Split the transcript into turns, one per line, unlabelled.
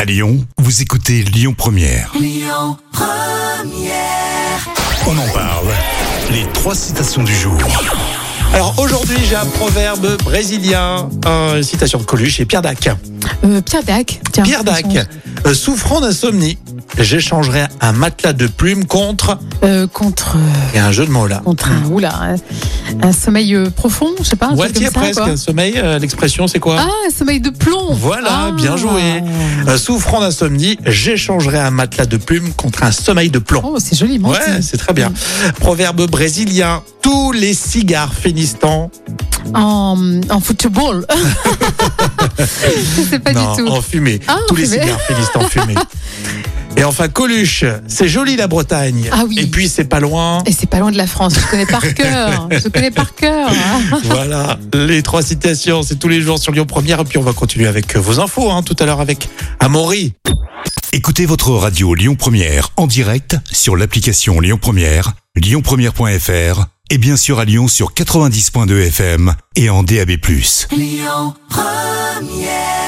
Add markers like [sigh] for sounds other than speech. À Lyon, vous écoutez Lyon Première. On en parle. Les trois citations du jour.
Alors aujourd'hui, j'ai un proverbe brésilien, un- une citation de Coluche et Pierre Dac.
Euh, Pierre Dac. tiens.
Pierre Dac, euh, souffrant d'insomnie, j'échangerai un matelas de plumes contre.
Euh, contre euh,
Et un jeu de mots là.
contre un, oula, un, un sommeil euh, profond, je sais pas. Un
Moitié
truc comme ça,
presque, un
quoi.
sommeil, euh, l'expression c'est quoi
Ah, un sommeil de plomb.
Voilà,
Ah.
bien joué. Euh, souffrant d'insomnie, j'échangerai un matelas de plumes contre un sommeil de plomb.
Oh, c'est joliment dit.
Ouais, c'est très bien. Proverbe brésilien, tous les cigares finissent en...
En, en football. [laughs] c'est pas
non,
du tout.
en fumée.
Ah, en
tous les
fumée.
cigares finissent en
[laughs]
fumée. Et enfin, Coluche, c'est joli la Bretagne.
Ah oui.
Et puis, c'est pas loin.
Et c'est pas loin de la France, je
[laughs]
connais par cœur. Je connais par cœur. hein.
voilà, les trois citations, c'est tous les jours sur Lyon Première. Et puis, on va continuer avec vos infos hein, tout à l'heure avec Amaury.
Écoutez votre radio Lyon Première en direct sur l'application Lyon Première, lyonpremière.fr et bien sûr à Lyon sur 90.2 FM et en DAB+.
Lyon Première